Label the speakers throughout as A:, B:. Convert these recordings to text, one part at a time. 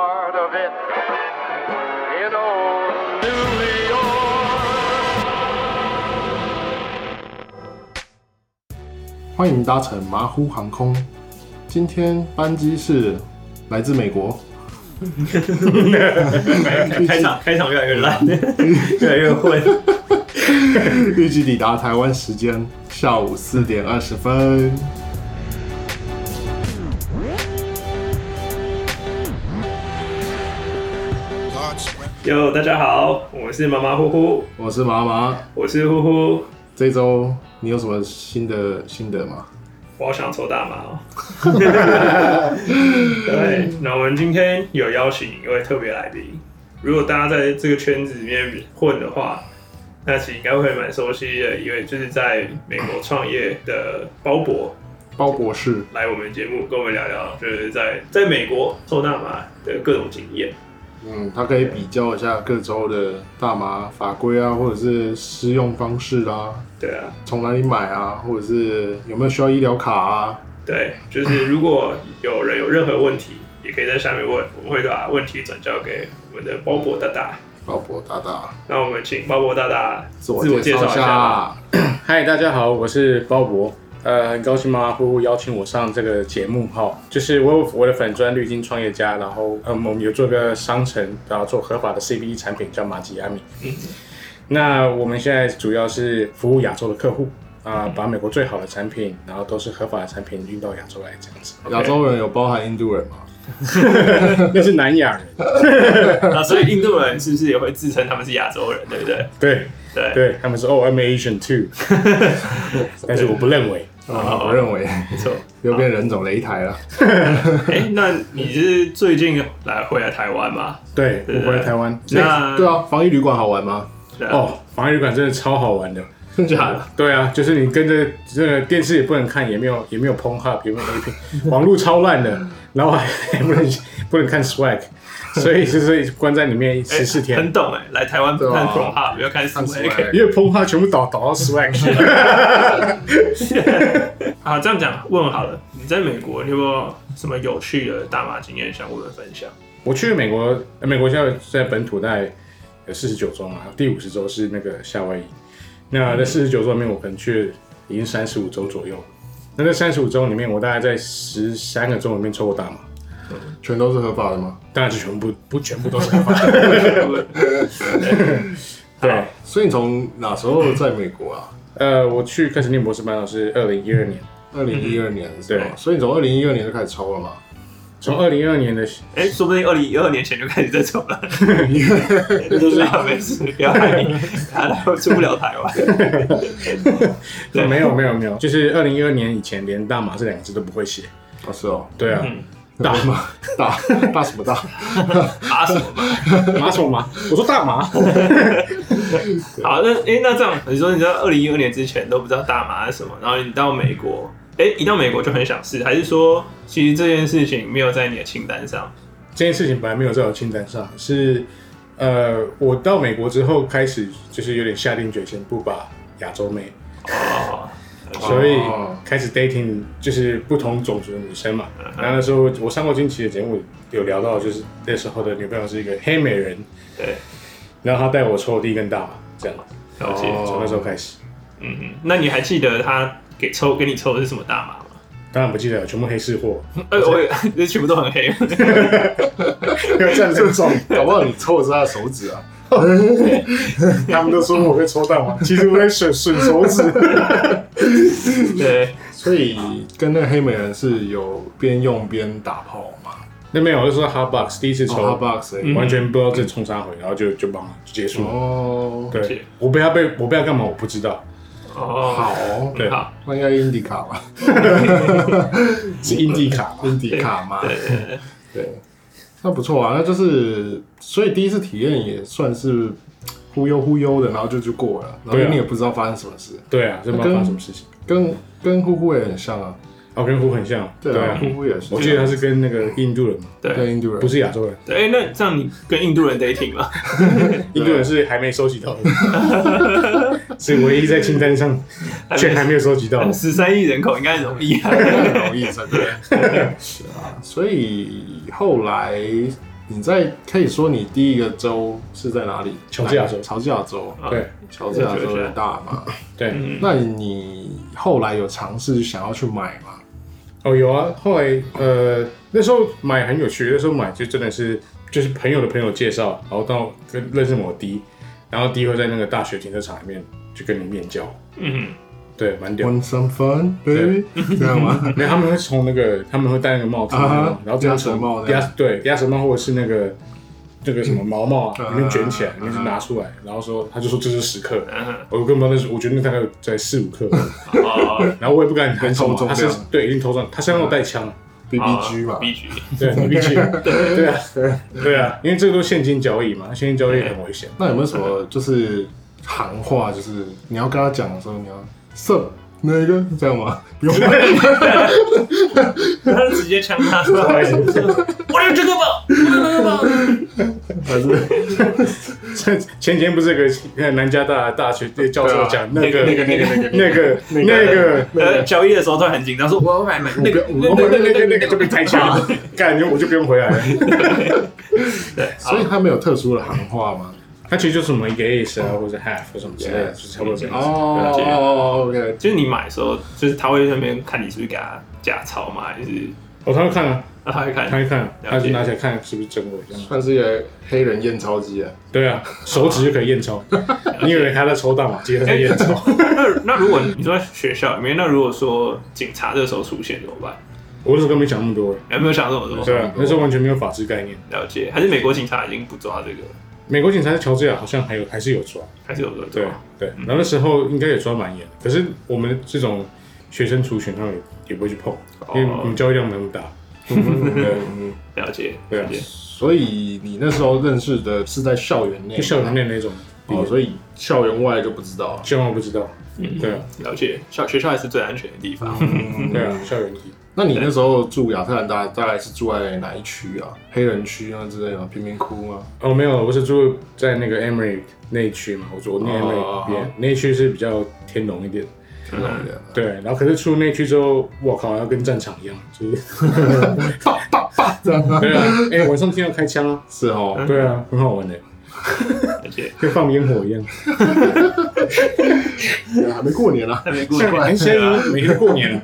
A: night in old New York.
B: 欢迎搭乘马虎航空。今天班机是来自美国，
C: 开场开场越来越烂，越来越混。
B: 预计抵达台湾时间下午四点二十分。
C: 哟，大家好，我是马马虎虎，
B: 我是麻麻。
C: 我是呼呼，
B: 这周你有什么新的心得吗？
C: 我好想抽大麻哦。对，那我们今天有邀请一位特别来宾，如果大家在这个圈子里面混的话，那其实应该会蛮熟悉的一位，就是在美国创业的鲍勃。
B: 包博士，
C: 来我们节目跟我们聊聊，就是在在美国抽大麻的各种经验。
B: 嗯，他可以比较一下各州的大麻法规啊，或者是施用方式啊，
C: 对啊，
B: 从哪里买啊，或者是有没有需要医疗卡啊。
C: 对，就是如果有人有任何问题，也可以在下面问，我们会把问题转交给我们的鲍勃大大。
B: 鲍勃大大，
C: 那我们请鲍勃大大
B: 自
C: 自
B: 我
C: 我
B: 介
C: 介绍
B: 绍
C: 一
B: 一
C: 下吧。
B: 下。
D: 嗨，大家好，我是鲍勃。呃，很高兴妈妈呼呼邀请我上这个节目哈，就是我有我的粉砖绿金创业家，然后呃，我们有做个商城，然后做合法的 CBE 产品叫马吉亚米。
C: 嗯
D: 那我们现在主要是服务亚洲的客户啊、把美国最好的产品，然后都是合法的产品运到亚洲来这样子。
B: 亚洲人有包含印度人吗？
D: 那是南亚人，
C: 那所以印度人是不是也会自称他们是亚洲人，对不对？
D: 对
C: 对。
D: 对，他们说哦，I'm Asian too，但是我不认为。
C: 哦
B: 啊，我认为
C: 没错。
B: 又变人种擂台了。
C: 哎，那你是最近来回来台湾吗？
D: 对，
C: 对
D: 我回来台湾。
C: 那
B: 对，啊，防疫旅馆好玩吗？
C: 对啊，
D: 哦，防疫旅馆真的超好玩的。
B: 真假的？
D: 对啊，就是你跟着这个电视也不能看，也没有也没有 p o n h u b 也没有 A 片，网络超烂
C: 嗯
D: 的，然后还不能不能看 Swag，所以就是关在里面
C: 哎
D: 十四天
C: 很，懂哎，来台湾
B: 对啊
C: 看 p r o h u b 要看 s
B: 看
C: w
B: 出
C: a g
B: 来
D: 因为 p o n h u b 全部倒倒到 Swag 去了。
C: 啊，这样讲问好了，你在美国你有没有什么有趣的大麻经验想跟我们分享？
D: 我去美国，呃美国现在在本土大概有四十九州嘛，第五十州是那个夏威夷。那在四十九州里面，我可能去了已经三十五州左右。那这三十五州里面，我大概在十三个州里面抽过大麻，
B: 全都是合法的吗？
D: 当然是全部不全部都是合 法的。对，
B: 所以你从哪时候在美国啊？
D: 呃，我去开始念博士班，我是二零一二年，
B: 二零一二年是吗？
D: 对
B: 所以你从二零一二年就开始抽了嘛？
D: 从二零一二年的
C: 哎、说不定二零一二年前就开始在走 了，
D: 都是
C: 啊，没事，不要害你，他来出不了台湾。 对
D: 没有没有没有，就是二零一二年以前连大麻这两个字都不会写。
B: 啊，是哦，
D: 对啊，大麻
B: 大大什么大？
C: 啊什么嘛？
D: 麻什么麻？我说大麻，
C: 好，那哎、那这样，你说你在二零一二年之前都不知道大麻是什么，然后你到美国，哎、一到美国就很想试，还是说其实这件事情没有在你的清单上？
D: 这件事情本来没有在我清单上，是呃，我到美国之后开始就是有点下定决心不把亚洲妹，
C: 哦，
D: 所以开始 dating 就是不同种族的女生嘛。然后那时候我上过近期的节目有聊到，就是那时候的女朋友是一个黑美人，
C: 对，
D: 然后她带我抽第一根大麻，这样
C: 了解。
B: 哦
D: 从那时候开始。
C: 嗯嗯，那你还记得他给抽给你抽的是什么大麻吗？
D: 当然不记得了，全部黑市货，
B: 嗯
C: 呃、我也这全部都 很黑。
D: 占这种，
B: 搞不好你抽的是他的手指啊！
D: 他们都说我会抽大麻，其实我在吮吮手指。
C: 对，
B: 所以跟那个黑美人是有边用边打炮嘛？
D: 那边我就说 hard box 第一次抽
B: 抽 box
C: 嗯
D: 完全不知道这冲啥回，然后就就帮忙结束了。
B: 哦，
C: 是
D: 嗯对，我被他被我被他干嘛我不知道，
C: 哦，
B: 好，
D: 对
C: 好，
B: 那应该印迪卡吧？
D: 是印地卡嘛？
B: 印迪卡嘛，
C: 对对对。
B: 对，那不错啊，那就是所以第一次体验也算是忽悠忽悠的，然后就就过了，然
D: 对
B: 后
D: 啊
B: 你也不知道发生什么事，
D: 对啊，这不知道发生什么事情。
B: 跟跟呼呼也很像啊，
D: 哦，跟虎很像，对
B: 对啊，
D: 啊
B: 呼，呼也是，
D: 我记得他是跟那个印度人嘛，
C: 对
B: 跟印度人
D: 不是亚洲人，
C: 对，哎、那这样你跟印度人 dating 吗？
D: 印度人是还没收集到的， 是唯一在清单上却还没有收集 到的。
C: 十三亿人口应该很容易啊。
B: 很容易真的，是啊，所以后来你在可以说你第一个州是在哪里？
D: 乔治亚州
B: 乔治亚州，
C: 啊
D: 对
B: 乔治亚州的大麻。
D: 对，
C: 嗯
B: 那你后来有尝试想要去买吗？
D: 哦，有啊，后来呃那时候买很有趣，那时候买就真的是就是朋友的朋友介绍，然后到跟认识我 D，然后 D 会在那个大学停车场里面就跟你面交，
C: 嗯，
D: 对，蛮屌的。
B: Want some fun, baby？这样吗？
D: 没有，他们会从那个，他们会戴那个帽子，
B: 啊哈
D: 然后这
B: 鸭
D: 样
B: 舌帽这
D: 鸭
B: 样
D: 对鸭舌帽或者是那个那个什么毛帽啊，
B: 嗯
D: 里面卷起来，
B: 啊
D: 里面就拿出来，然后说他就说这是十克，
C: 嗯 哼
D: 我根本不知道那是，我觉得那大概在四五 克，
C: 哦
D: 然后我也不敢喊什么
B: 偷，中
D: 他是
B: 这样
D: 对已经头上，他身上有带枪，
B: B 啊 B G 嘛，
C: 啊，B G，
D: 对，你必须对啊对啊，因为这个都是现金交易嘛，现金交易很危险，
B: 那有没有什么就是行话，就是你要跟他讲的时候，你要 Sup 那一个这样 吗？不用吧，
C: 他直接呛他，
D: 不好意思，
C: 我有这个吧，我有那个吧，
B: 还是
D: 前前天不是有个南加大大学教授讲啊那个
C: 那个那个那
D: 个那个那个。
C: 呃，交易的时候突然很紧张，说我要买买那个
D: 我们那个那个就被拆家了，感觉我就不用回来了。
C: 对，
B: 所以他没有特殊的行话吗？
D: 它其实就是什么一个 ace 啊，或者 half 或什么之类的，
B: Yeah
D: 就是差不多这样子。
B: 哦
C: 了解
B: 哦，OK，
C: 就是你买的时候，就是他会在那边看你是不是给他假钞嘛，还是
D: 哦，他会看啊，
C: 啊他会看
D: 他会看啊，
C: 了解
D: 他就拿起来看是不是真伪这样。
B: 算是一个黑人验钞机啊。
D: 对啊，手指就可以验 钞。你以为他在抽大麻，其实他在验钞。
C: 那那如果你说在学校里面，那如果说警察这时候出现怎么办？
D: 我那时候根本没想那么多，
C: 有没有想这么多？
D: 对啊，那时候完全没有法治概念。
C: 了解，还是美国警察已经不抓这个，
D: 美国警察在乔治亚好像还有还是有抓，
C: 还是有在抓
D: 对？对。然后那时候应该也抓蛮严的，可是我们这种学生族群，他们也也不会去碰，
B: 哦
D: 因为我们交易量没那么大。对
C: 了解，
D: 对啊
C: 了解。
B: 所以你那时候认识的是在校园内吗，
D: 就校园内那种，
B: 哦，所嗯以校园外就不知道了。
D: 希望我不知道。对啊，
C: 了解，校学校还是最安全的地方。
D: 对啊，
B: 嗯
D: 校园里。
B: 那你那时候住亚特兰大，大概是住在哪一区啊？黑人区啊之类的吗，贫民窟啊吗？
D: 哦，没有，我是住在那个 Emory 那一区嘛，我住我念 Emory
B: 哦
D: 那边，那一区是比较天龙一点。
B: 天龙人啊，
D: 对，然后可是出那一区之后，我靠，要跟战场一样，就是
B: 爸爸爸这样啊，
D: 对啊，哎、晚上听到开枪啊，
B: 是哦，
D: 对啊，很好玩的，
C: 了解，
D: 跟放烟火一样。
B: 还没过年啊，
C: 那没过
D: 像
C: 关
D: 男
C: 系啊。
D: 生每天过年，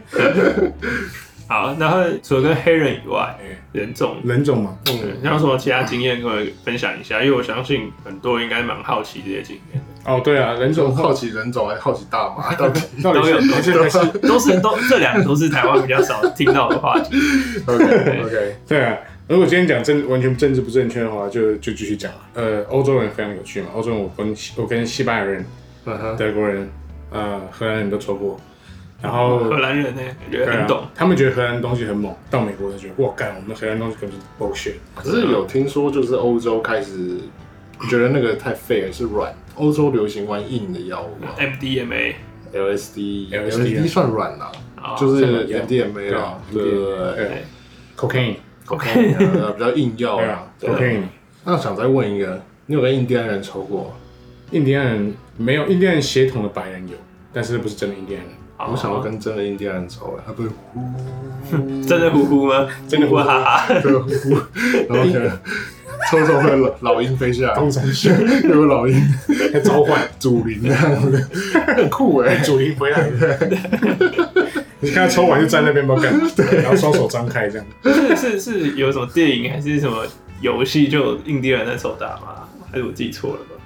C: 好，然后除了跟黑人以外
D: 哎，
C: 人种，
D: 人种嘛，
B: 嗯
C: 对，你有什么其他经验跟我分享一下？因为我相信很多应该蛮好奇这些经验的，
D: 哦，对啊，人
B: 这 种
D: 种
B: 好奇人种还好奇大 麻，到底
D: 到底
C: 都有
D: 是还是 还是
C: 都是都 这两个都是台湾比较少听到的话题。
B: OK OK，
D: 对啊，如果今天讲政完全政治不正确的话，就就继续讲了。呃，欧洲人非常有趣嘛，欧洲人我跟西我跟西班牙人、
B: 嗯哼，
D: 德国人、呃荷兰人都抽过，然后
B: 嗯
C: 荷兰人呢，感觉
D: 对啊
C: 嗯很懂，
D: 他们觉得荷兰东西很猛，到美国才觉得哇干，我们荷兰东西根本是 bullshit。
B: 可是有听说就是欧洲开始觉得那个太废了，是软，欧洲流行玩硬的药物啊
C: MDMA。
B: ，LSD
D: LSD
B: LSD 算软啦，
C: 啊
B: 就
D: 算软
B: 是
D: 药
B: MDMA 啦，啊对对对对。
D: 对，cocaine，
C: OK，
B: 呃，比较硬药
D: 对
B: 啦
D: 啊。
B: 对
D: ，cocaine。
B: 那想再问一个，你有跟印第安人抽过吗？
D: 印第安人没有，印第安人血统的白人有，但是不是真的印第安人。
C: 哦
B: 我想要跟真的印第安人抽，欸他 不是
C: 真的呼呼吗？
D: 真的呼呼
C: 哇哈哈，
B: 对呼呼，然后可能抽抽会老老鹰飞下来，
D: 常
B: 有老鹰
D: 召唤
B: 祖灵这样子，很酷哎。
D: 主灵回来了。 你看他抽完就站那边不知道干嘛，然后双手张开这样。
C: 是是是有什么电影还是什么游戏就有印第安人在抽大麻？还是我记错了吧？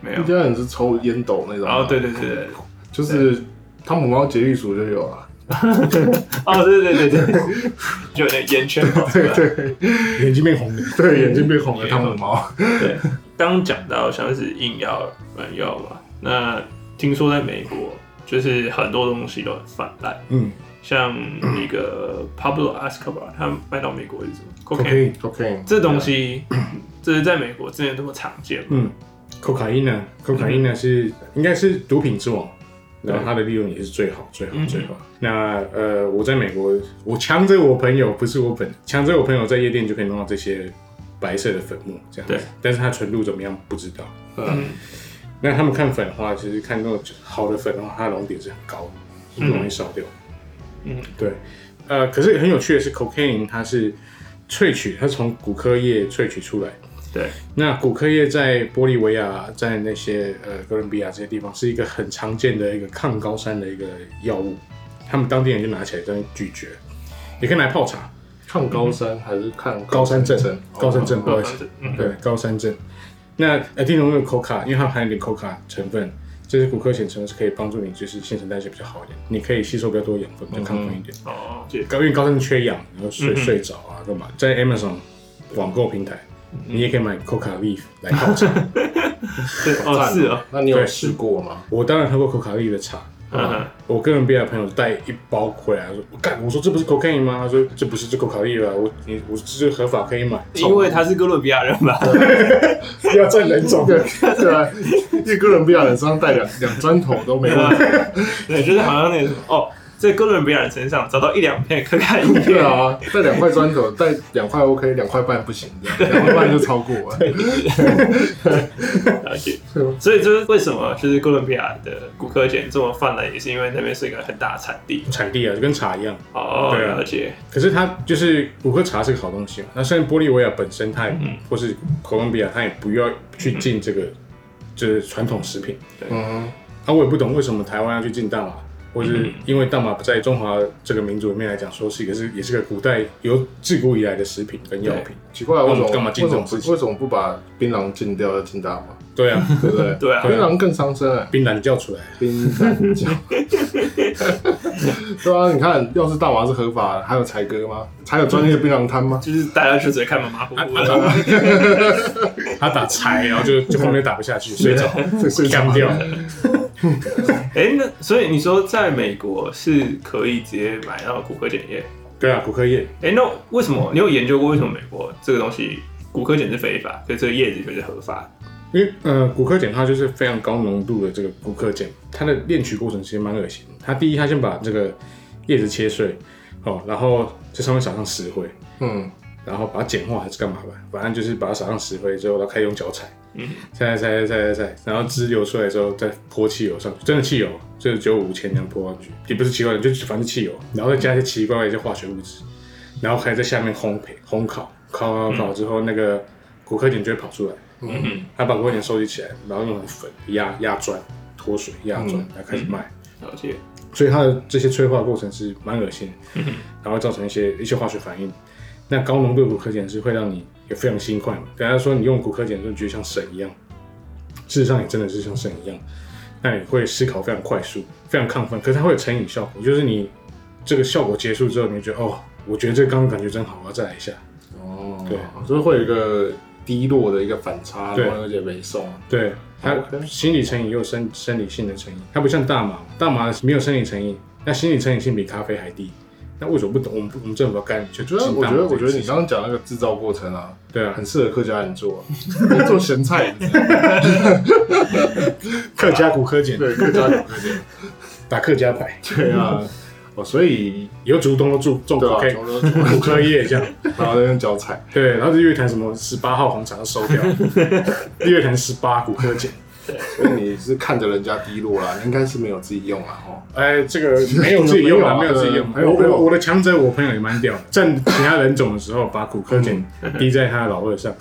C: 没有
B: 印第。安人是抽烟斗那种，啊
C: 哦，对，对对对，
B: 就是汤姆猫节育署就有啊。
C: 哦对对对 对，就有那烟圈跑出来。
B: 对
D: 眼睛变红的。
B: 对，眼睛被红了，汤姆猫。
C: 对，刚讲到像是硬药、软药嘛，那听说在美国就是很多东西都很泛滥，
D: 嗯
C: 像那个 Pablo Escobar，他卖到美国是什么 c o c a i n
D: ，cocaine，
B: OK，
C: 这东西，这是在美国之前这么常见吗？
D: 嗯，cocaine 呢？cocaine
C: 嗯
D: 呢是应该是毒品之王，然后它的利润也是最好、最好、
C: 嗯
D: 最好。那呃，我在美国，我强着我朋友，不是我本人，强着我朋友在夜店就可以弄到这些白色的粉末这样子
C: 对，
D: 但是它纯度怎么样不知道。
B: 嗯
D: 那他们看粉的话，其实看那种好的粉的话，它熔点是很高的，不容易烧掉。
C: 嗯，
D: 对。呃，可是很有趣的是，cocaine 它是萃取，它是从骨科叶萃取出来。
C: 对，
D: 那骨科叶在玻利维亚、在那些呃哥伦比亚这些地方是一个很常见的一个抗高山的一个药物，他们当地人就拿起来在那咀嚼，也可以拿来泡茶。
B: 抗高山还是哦抗
D: 高山症
B: 症？，
D: 高山症，不好
C: 哦高
D: 意
C: 山
D: 思
C: 症，嗯
D: 对，高山症。那呃，地龙用 coca，因为它含有点 coca 成分，这是骨科显成分，是可以帮助你就是新陈代谢比较好一点，你可以吸收比较多养分，比较亢奋一点。
C: 哦，对，
D: 高因为高山缺氧，然后睡
C: 嗯
D: 睡着啊，干嘛？在 Amazon 网购平台，
C: 嗯
D: 你也可以买 coca leaf 来泡茶。
C: 是 哦，是哦，
B: 那你有
D: 对
B: 试过吗？
D: 我当然喝过 coca leaf 的茶。
C: 嗯哼，
D: 我哥伦比亚朋友带一包回来，他说：“我干，我说这不是 cocaine 吗？”他说：“这不是，这 coca leaf 啊，我你我这合法可以买。”
C: 因为他是哥伦比亚人吧？
D: 要占人种，
B: 对 对啊，因为哥伦比亚人身上带两两砖头都没问题。
C: 对，就是好像那个什么哦，在哥伦比亚人身上找到一两片可卡因，
B: 对啊，带两块砖头，带两块 OK，两块半不行，这样两块半就超过了。
C: 了解
B: 是吗。
C: 所以就是为什么就是哥伦比亚的骨科碱这么泛滥，也是因为那边是一个很大的产地。
D: 产地啊，就跟茶一样。
C: 哦，
D: 对啊
C: 了解。
D: 可是它就是骨科茶是个好东西嘛。那虽然玻利维亚本身它也、
C: 嗯
D: 或是哥伦比亚它也不要去进这个、就是传统食品，
B: 嗯，
D: 那、我也不懂为什么台湾要去进大麻，或是
C: 嗯
D: 因为大麻在中华这个民族里面来讲，说是一个是也是个古代由自古以来的食品跟药品。
B: 奇怪，啊为什么
D: 那我们干嘛
B: 为
D: 进
B: 什
D: 这
B: 么不
D: 种事情
B: 为什么不把槟榔禁掉，要禁大麻？
D: 对啊，
B: 对不对？
C: 对啊，
B: 槟榔更伤身哎，
D: 槟榔叫出来，
B: 槟榔 酒。对啊，你看，要是大麻是合法的，还有才哥吗？还有专业的槟榔摊吗？
C: 就是大家就只会看马马虎虎的。
D: 他打柴，然后就就后面打不下去，睡着，
B: 这睡着
D: 干掉。
C: 哎，那所以你说在美国是可以直接买到骨科碱液？
D: 对啊，骨科叶
C: 哎，那为什么你有研究过为什么美国这个东西骨科碱是非法，可是这个叶子却是合法？
D: 因为呃，骨科碱它就是非常高浓度的这个骨科碱，它的炼取过程其实蛮恶心的。它第一，它先把这个叶子切碎，哦，然后在上面撒上石灰，
B: 嗯，
D: 然后把它碱化还是干嘛吧，反正就是把它撒上石灰之后，然后开始用脚踩，
C: 嗯，
D: 踩踩踩踩踩，然后支流出来之后再泼汽油上去，真的汽油，就是九五千那样泼上去，也不是奇怪的，就是反正汽油，然后再加一些奇奇怪怪的一些化学物质，然后还在下面烘焙烘烤，烤烤烤之后，那个骨科碱就会跑出来。
C: 嗯
D: 他把锅点收集起来，然后用粉压压砖、脱水、压砖，然后开始卖。
C: 哼，了解。
D: 所以它的这些催化过程是蛮恶心的，然后造成一些一些化学反应。那高浓度的骨科碱是会让你有非常心快嘛？等下说你用骨科碱就觉得像神一样，事实上也真的是像神一样。那你会思考非常快速，非常亢奋，可是它会有成瘾效果，就是你这个效果结束之后，你就觉得哦，我觉得这刚刚感觉真好，我要再来一下。
B: 哦，
D: 对，
B: 就是会有一个低落的一个反差，
D: 对
B: 然后而且没送。
D: 对，它
B: OK
D: 心理成瘾也有生生理性的成瘾，它不像大麻，大麻没有生理成瘾，那心理成瘾性比咖啡还低。那为什么不懂？我们不我们政府要干？就
B: 我觉得，
D: 禁
B: 我
D: 大
B: 觉
D: 麻
B: 得，我觉
D: 这
B: 得
D: 件
B: 你
D: 事
B: 刚刚讲那个制造过程啊，
D: 对啊
B: 很，适合客家人做，啊做咸菜，
D: 客家骨科 碱，
B: 对客家人客家，
D: 打客家牌，
B: 对啊，哦，所以
D: 有主动都种种
B: 对
D: 骨
B: 啊，
D: 科
B: 穷人
D: 骨科叶这样。
B: 然后在那边脚踩，
D: 对，然后这乐坛什么十八号红茶都收掉， 乐坛十八骨科碱。
B: 所以你是看着人家低落啦，你应该是没有自己用啊，吼。
D: 哎，这个没有自己用啊，
B: 没
D: 没
B: 有
D: 有自己用。
B: 没有
D: 我
B: 没有嗯
D: 我我的强者，我朋友也蛮屌的，占其他人种的时候，把骨科碱滴在他的老二上，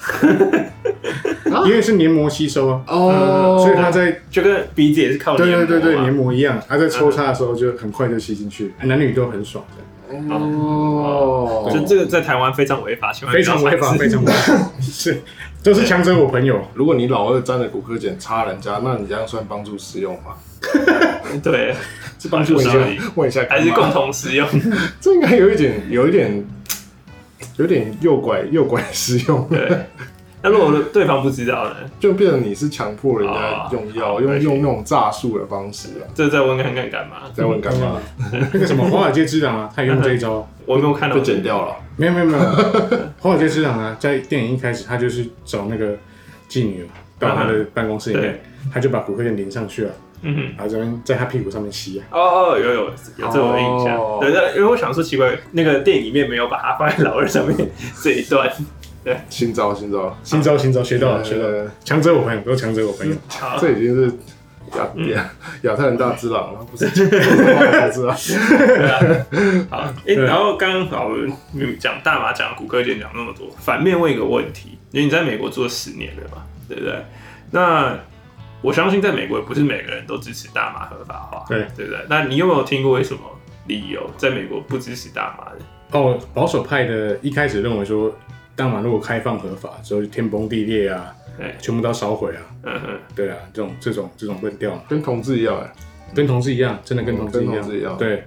D: 因为是黏膜吸收啊，
B: 哦
D: 所以他在
C: 就跟鼻子也是靠
D: 对
C: 黏膜啊
D: 对对对
C: 嘛
D: 黏膜一样，他在抽插的时候就很快就吸进去，男女都很爽的，
B: 哦，
C: 就这个在台湾非常违法，千
B: 啊
C: 万不
D: 非
C: 要
D: 常违法，
C: 尝试
D: 非常违法，是都是强者我朋友，
B: 如果你老二沾了骨科碱插人家，那你这样算帮助使用吗？
C: 对，
D: 是
C: 帮助
D: 我一
C: 上
D: 下。
C: 你，
B: 问一下干
C: 还
B: 妈，
C: 是共同使用。
B: 这应该有一点，有一点，有点诱拐诱拐 使用，
C: 对，那如果对方不知道呢？
B: 就变成你是强迫人家
C: 哦
B: 用
C: 好
B: 药，用
C: 而且
B: 用那种诈术的方式啊。
C: 这再问看看干嘛？
B: 再问干妈，
C: 嗯
D: 那个什么华尔街之狼啊，他也用这一招。
C: 我没有看到
B: 被剪掉了。
D: 没有没有没有， 华尔街市长啊，在电影一开始，他就是找那个妓女到他的办公室里面，他就把骨科碱淋上去了，
C: 嗯，
D: 然后这边在他屁股上面吸啊。
C: 哦哦，有有有这我的印象。
B: 哦
C: 对，那因为我想说奇怪，那个电影里面没有把它放在老二上面这一 段。
B: 新招新招，
C: 啊
D: 新招新招，学到了学到了，
B: 呃，
D: 强者我朋友，都强者我朋友。
C: 好，
B: 这已经是亚
C: 嗯
B: 亚亚太人大只狼，不是 大只狼，
C: 对啊，好，哎、
D: 对
C: 然后刚刚好我们讲大麻，讲谷歌，就讲那么多，反面问一个问题，因为你在美国做十年了嘛，对不对？那我相信在美国也不是每个人都支持大麻合法化，
D: 对
C: 对不对？那你有没有听过为什么理由在美国不支持大麻的？
D: 哦，保守派的一开始认为说，大马如果开放合法之后，就天崩地裂啊，
C: 对，
D: 全部都要烧毁啊，
C: 嗯哼，
D: 对啊，这种这种这种论调嘛，
B: 跟同志一样哎，
D: 跟同志一样，真的跟
B: 嗯
D: 同志
B: 跟
D: 一
B: 同
D: 样，
B: 志一样，
D: 对。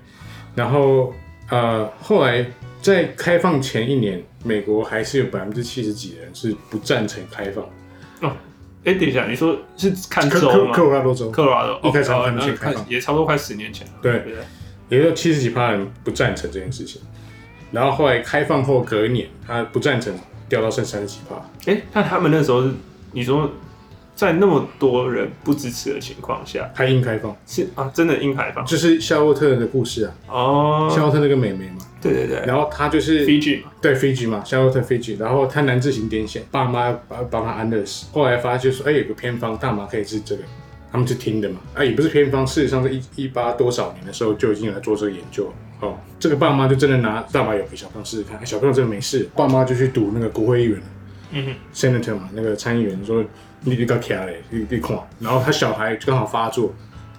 D: 然后呃，后来在开放前一年，美国还是有百分之七十几的人是不赞成开放的，
C: 哎、等一下，你说是看
D: 科
C: 州
D: 科
C: 吗？
D: 科罗拉多州，
C: 科罗拉多，
D: 一开始
C: 哦
D: 他们
C: 那
D: 先
C: 看
D: 开放
C: 也差不多快十年前了，
D: 对
C: 不对？
D: 也有七十几趴人不赞成这件事情。然后后来开放后隔一年，他不赞成掉到剩三十几趴，
C: 哎、那他们那时候是你说在那么多人不支持的情况下，
D: 还硬开放，
C: 是啊，真的硬排放
D: 就是夏洛特的故事啊，夏
C: 哦，
D: 洛特那个美眉嘛，
C: 对对对
D: 然后她就是
C: ，Fiji 嘛，
D: 对飞机嘛，夏洛特飞机，然后他难治型癫痫，爸妈帮帮他安乐死，后来发现说，哎，有个偏方，大麻可以治这个，他们是听的嘛，啊，也不是偏方，事实上在一一八多少年的时候就已经有在做这个研究了，哦，这个爸妈就真的拿大麻有给小朋友试试看，哎小朋友真的没事，爸妈就去堵那个国会议员
C: 嗯
D: ，senator 嘛，那个参议员说你你搞卡嘞，你你看，然后他小孩就刚好发作，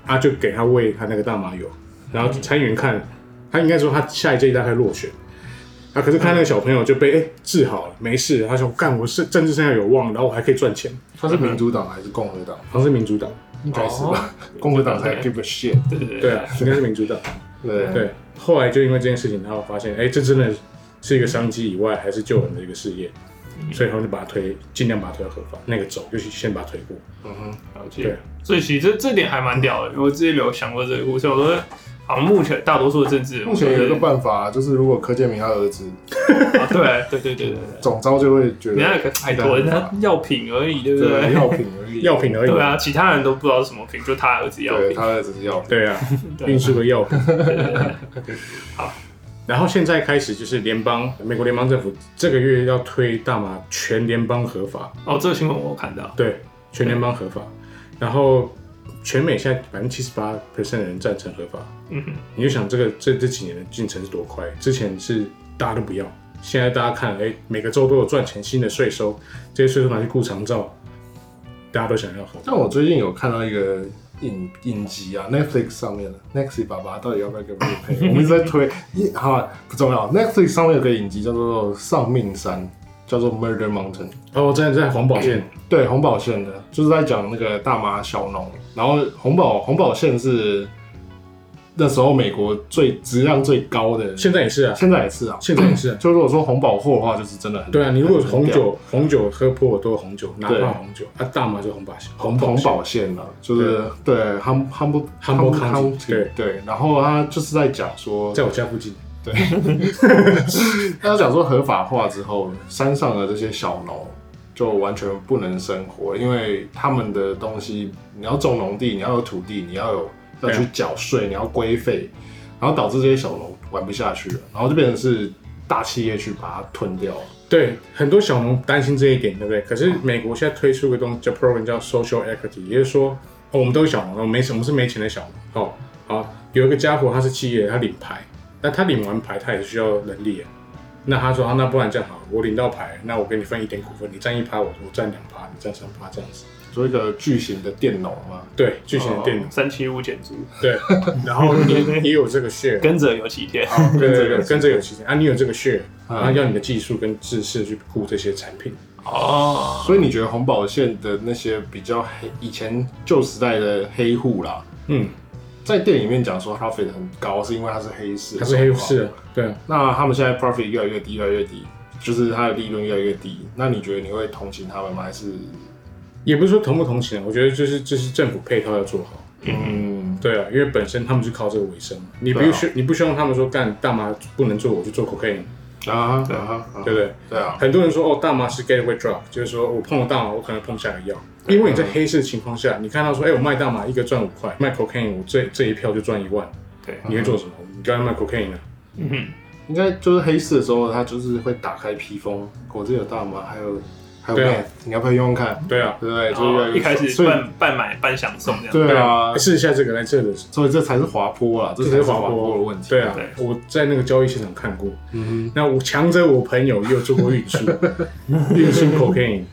D: 他就给他喂他那个大麻油，然后参议员看，他应该说他下一届大概落选，啊，可是看那个
C: 嗯
D: 小朋友就被哎、治好了，没事，他说干我是政治生涯有望，然后我还可以赚钱，
B: 他是民主党还是共和党？
D: 好像是民主党，
B: 应该是吧，
C: 哦
B: 共和党才
C: 对
B: give a shit，
C: 对对
D: 对啊，应该是民主 党，
B: 对
D: 对，后来就因为这件事情，然后发现哎、这真的是一个商机以外，还是救人的一个事业。
C: 嗯
D: 所以他们就把它推，尽量把它推到合法那个走，就是先把它推过。
B: 嗯哼，
C: 了
D: 对
C: 解。所以其实这这点还蛮屌的，因为我之前没有想过这个故事。我说，好像目前大多数的政治人物
B: 目前有一个
C: 都
B: 办法，就是如果柯建明他儿子
C: 是啊，对对对对对对，
B: 总招就会觉
C: 人家
B: 得
C: 可太多，人家药品而已，对不
B: 对
C: 对？
B: 药品而已，
D: 药品而已。
C: 对啊，其他人都不知道是什么品，就他儿子药
B: 对
C: 品。
B: 他儿子是药品，
D: 对啊，
C: 对
D: 运输的药品。
C: 好，
D: 然后现在开始就是联邦，美国联邦政府这个月要推大麻全联邦合法，
C: 哦，这个新闻我有看到，
D: 对，全联邦合法。然后全美现在百分之七十八 percent 的人赞成合法，
C: 嗯哼，
D: 你就想这个这这几年的进程是多快？之前是大家都不要，现在大家看，哎，每个州都有赚钱新的税收，这些税收拿去雇长照，大家都想要合法。
B: 但我最近有看到一个影影集啊，Netflix 上面的 Nexi 爸爸到底要不要给我们配？我们一直在推，一哈不重要。Netflix 上面有个影集叫做《丧命山》，叫做《Murder Mountain》。
D: 哦，真的在黄宝县，
B: 对，红宝县的，就是在讲那个大麻小农。然后红宝红宝县是那时候美国最质量最高的，
D: 现在也是啊，
B: 现在也是啊。
D: 现在也是啊。
B: 就如果说红宝货的话，就是真的很
D: 对啊，你如果是红
B: 很屌
D: 酒，红酒喝破我都是红酒，哪
B: 对
D: 怕红酒啊，大麻就红宝红宝啊
B: 红宝县了，就是对汉汉布
D: Humble County，
B: 对对，然后他就是在讲说，
D: 在我家附近。
B: 他讲说合法化之后，山上的这些小农就完全不能生活，因为他们的东西，你要种农地，你要有土地，你要有要
D: 对啊
B: 去缴税，你要规费，然后导致这些小农玩不下去了，然后就变成是大企业去把它吞掉了。
D: 对，很多小农担心这一点，对不对？可是美国现在推出一个东西叫 program 叫 social equity，也就是说，哦，我们都是小农，我们没什我们是没钱的小农。哦，好，有一个家伙他是企业，他领牌，那他领完牌他也是需要能力的。那他说啊，那不然这样好了，我领到牌，那我给你分一点股份，你占一趴，我我占两趴，你占三趴，这样子。
B: 做一个巨型的佃农嘛，
D: 对，巨型的电脑，
C: 三七五减租，
D: 对，哦 然后你也有这个 share，
C: 跟着有几天，
D: 跟这个跟这个有期间啊，你有这个 share，
B: 嗯
D: 然后要你的技术跟知识去顾这些产品。
C: 哦，
B: 所以你觉得红宝县的那些比较黑，以前旧时代的黑户啦，
D: 嗯，
B: 在店里面讲说 profit 很高，是因为它是黑市，
D: 它是黑市啊，对啊，
B: 那他们现在 profit 越来越低，越来越低，就是它的利润越来越低。那你觉得你会同情他们吗？还是
D: 也不是说同不同情啊，我觉得就是就是政府配套要做好。
B: 嗯，
D: 对啊，因为本身他们是靠这个为生嘛，你不
B: 对啊
D: 需你不希望他们说干大麻不能做，我就做 cocaine，
B: 啊哈啊哈，
D: 对不对？
B: 对啊，
D: 很多人说哦，大麻是 gateway drug，就是说我碰了大麻，我可能碰下个药。因为你在黑市的情况下，你看到说，哎，我卖大麻一个赚五块，卖 cocaine 我这这一票就赚一万，
C: 对，
B: 嗯
D: 你会做什么？你刚才卖 cocaine 啊？
C: 嗯哼，
B: 应该就是黑市的时候，他就是会打开披风，果汁有大麻，还有。还有
D: 对啊
B: Math，你要不要用用看？
D: 对啊，
B: 对不对？
C: 然
B: 就是越来
C: 后
B: 越
C: 哦一开始
B: 所以
C: 半半买半享送这样。
B: 对啊，
D: 哎试一下这个来这里，
B: 所以这才是滑坡啊，这才
D: 这
B: 是
D: 是
B: 滑
D: 滑
B: 坡
D: 坡
B: 的问题。
D: 对啊
C: 对，
D: 我在那个交易现场看过。
B: 嗯
D: 那我强者我朋友也有做过运输，运输 cocaine，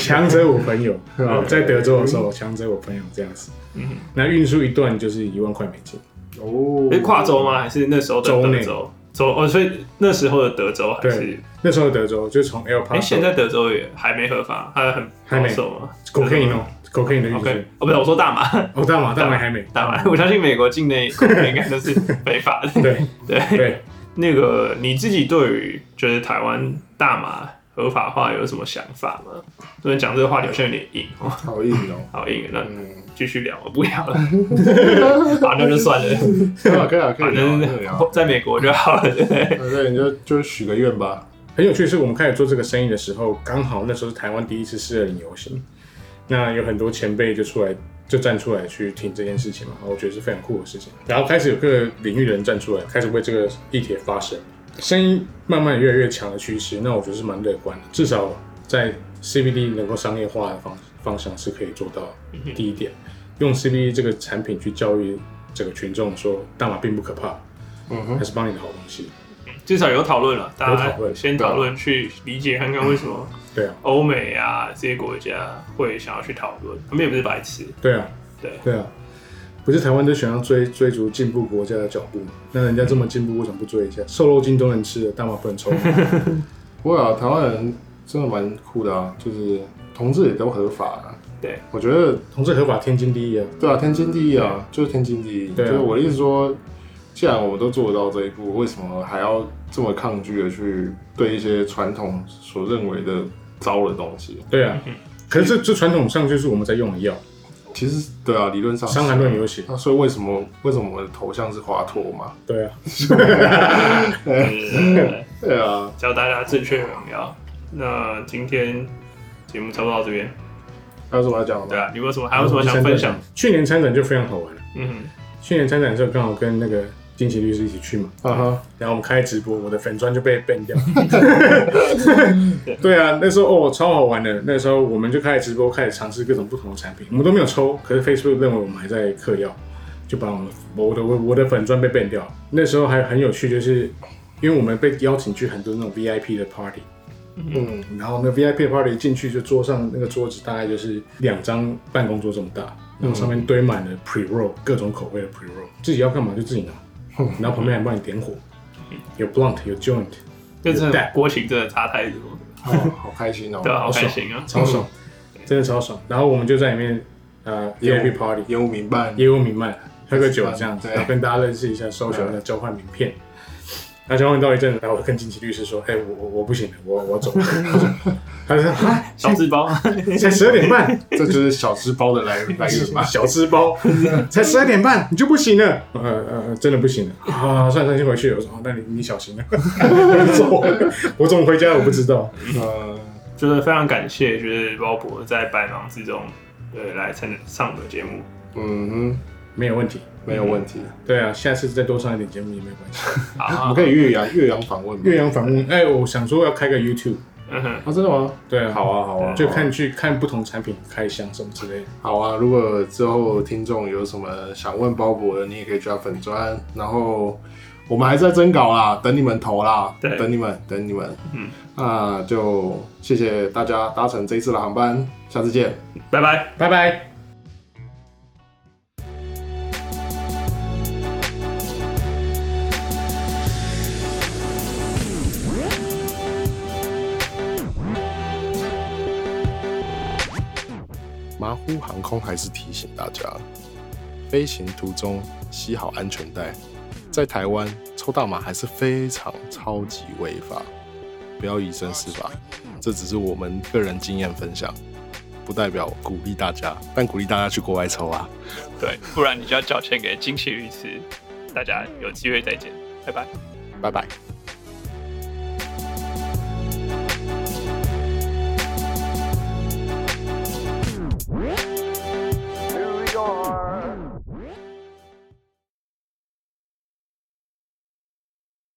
D: 强者我朋友哦
B: 嗯
D: 在德州的时候强者我朋友这样子。
C: 嗯，
D: 那运输一段就是一万块美金，
B: 哼，哦，
C: 是跨州吗？还是那时候的
D: 州
C: 德
D: 内
C: 州？州哦，所以那时候的德州还是
D: 对那时候德州就从 El
C: 哎，现
D: Paso
C: 在德州也还没合法，还很
D: 还
C: 保
D: 没
C: 守吗
D: cocaine 哦，cocaine 的运输
C: ？OK，。哦，不是，我说大麻，
D: 哦，大麻大麻还没。
C: 大麻，我相信美国境内应该都是非法的。
D: 对
C: 对，
D: 对，
C: 那个你自己对于就是台湾大麻合法化有什么想法吗？昨天讲这个话题好像有点硬哦，
B: 好硬哦。
C: 好硬，那
B: 嗯，
C: 继续聊，我不聊了，好，那就算了，
B: 可以啊，可以啊，可
C: 反
B: 以聊
C: 正
B: 可以聊。
C: 在美国就好了，对不对？
B: 对对，你就就许个愿吧。
D: 很有趣的是，我们开始做这个生意的时候，刚好那时候是台湾第一次四二零游行，那有很多前辈就出来就站出来去挺这件事情嘛，我觉得是非常酷的事情。然后开始有各个领域的人站出来，开始为这个议题发声，声音慢慢越来越强的趋势，那我觉得是蛮乐观的，至少在 CBD 能够商业化的方方向是可以做到
B: 嗯
D: 第一点，用 CBD 这个产品去教育这个群众说，大麻并不可怕，
B: 嗯
D: 它
B: 哼，
D: 是帮你的好东西。
C: 至少有讨论了，大家
D: 有讨论
C: 先讨论去理解看看为什么
D: 对啊，
C: 欧美啊这些国家会想要去讨论，他们也不是白痴，
D: 对啊。
C: 对，
D: 对啊，不是台湾都想要追追逐进步国家的脚步吗？那人家这么进步，为什么不追一下？瘦肉精都能吃的，大麻不能 抽吗？
B: 不过啊，台湾人真的蛮酷的啊，就是同志也都合法啊。
C: 对，
B: 我觉得
D: 同志合法天经地义啊！
B: 对啊，天经地义啊，就是天经地义。
D: 对啊
B: 就是我的意思说，既然我们都做得到这一步，为什么还要这么抗拒的去对一些传统所认为的糟的东西？
D: 对啊
C: 嗯，
D: 可是这这传统上就是我们在用的药，
C: 啊
B: 其实对啊，理论上
D: 《
B: 是
D: 伤寒论》有写。
B: 那所以为什么为什么我的头像是华佗嘛？
D: 对啊，
C: 呃
B: 对啊，
C: 教大家正确用药。那今天节目差不多到这边，
B: 还有什么要讲的
C: 对
B: 吗？
C: 啊，你有没有什么还有什么想分享？？
D: 去年参展就非常好玩了。
C: 嗯，
D: 去年参展的时候，刚好跟那个金奇律师一起去嘛，
B: 啊哈，
D: 然后我们开直播，我的粉砖就被 ban 掉。对啊，那时候哦超好玩的。那时候我们就开始直播，开始尝试各种不同的产品，我们都没有抽，可是 Facebook 认为我们还在嗑药，就把我们我的我我的粉砖被 ban 掉。那时候还很有趣，就是因为我们被邀请去很多那种 VIP 的 party，
B: 嗯，
D: 然后那 VIP party 进去就桌上那个桌子大概就是两张办公桌这么大，然后上面堆满了 pre roll 各种口味的 pre roll，自己要干嘛就自己拿，然后旁边还帮你点火，有 blunt 有 joint，
C: 这真的国情真的差太多，
B: 哦，好开心哦，
C: 对啊，好
D: 好爽
C: 开心啊！
D: 超爽，真的超爽。然后我们就在里面呃 VIP
B: 务
D: party
B: 烟雾弥漫，
D: 业务弥漫，喝个酒啊这样子，
B: 对
D: 然后跟大家认识一下，搜寻一下，交换名片。那交换到一阵子，然后我跟金奇律师说：“哎、我我我不行了，我我要走了。我走了”他就说：“啊，
C: 小自包，
D: 才十二点半，
B: 这就是小吃包的来来源嘛。
D: 小吃包，才十二点半，你就不行了？呃呃，呃真的不行了。啊，算了，算了先回去。我说，哦那你你小心了。 我走了，我怎么回家？我不知道。
B: 呃，
C: 就是非常感谢，就是包博在百忙之中，对，来参上我的节目。
B: 嗯哼，
D: 没有问题。
B: 没有问题。
D: 对啊，下次再多上一点节目也没有关系。
C: 好
B: 我
C: 啊
B: 们，可以岳阳岳阳访问吗？
D: 岳阳访问，哎，我想说要开个 YouTube。
C: 嗯哼，
B: 啊，真的吗？
D: 对啊，
B: 好啊，好啊，
D: 就
B: 好啊
D: 看去看不同产品开箱什么之类的。
B: 好啊。如果之后听众有什么想问包博的，你也可以加粉砖。然后我们还在征稿啦，等你们投啦，
C: 对
B: 等你们，等你们。
C: 嗯，
B: 那就谢谢大家搭乘这一次的航班，下次见。
C: 拜拜。
D: 拜拜。
B: 马虎航空还是提醒大家，飞行途中系好安全带。在台湾抽大麻还是非常超级违法，不要以身试法，这只是我们个人经验分享，不代表鼓励大家，但鼓励大家去国外抽啊。
C: 对，不然你就要缴钱给金奇律师。大家有机会再见，拜拜。
B: 拜拜。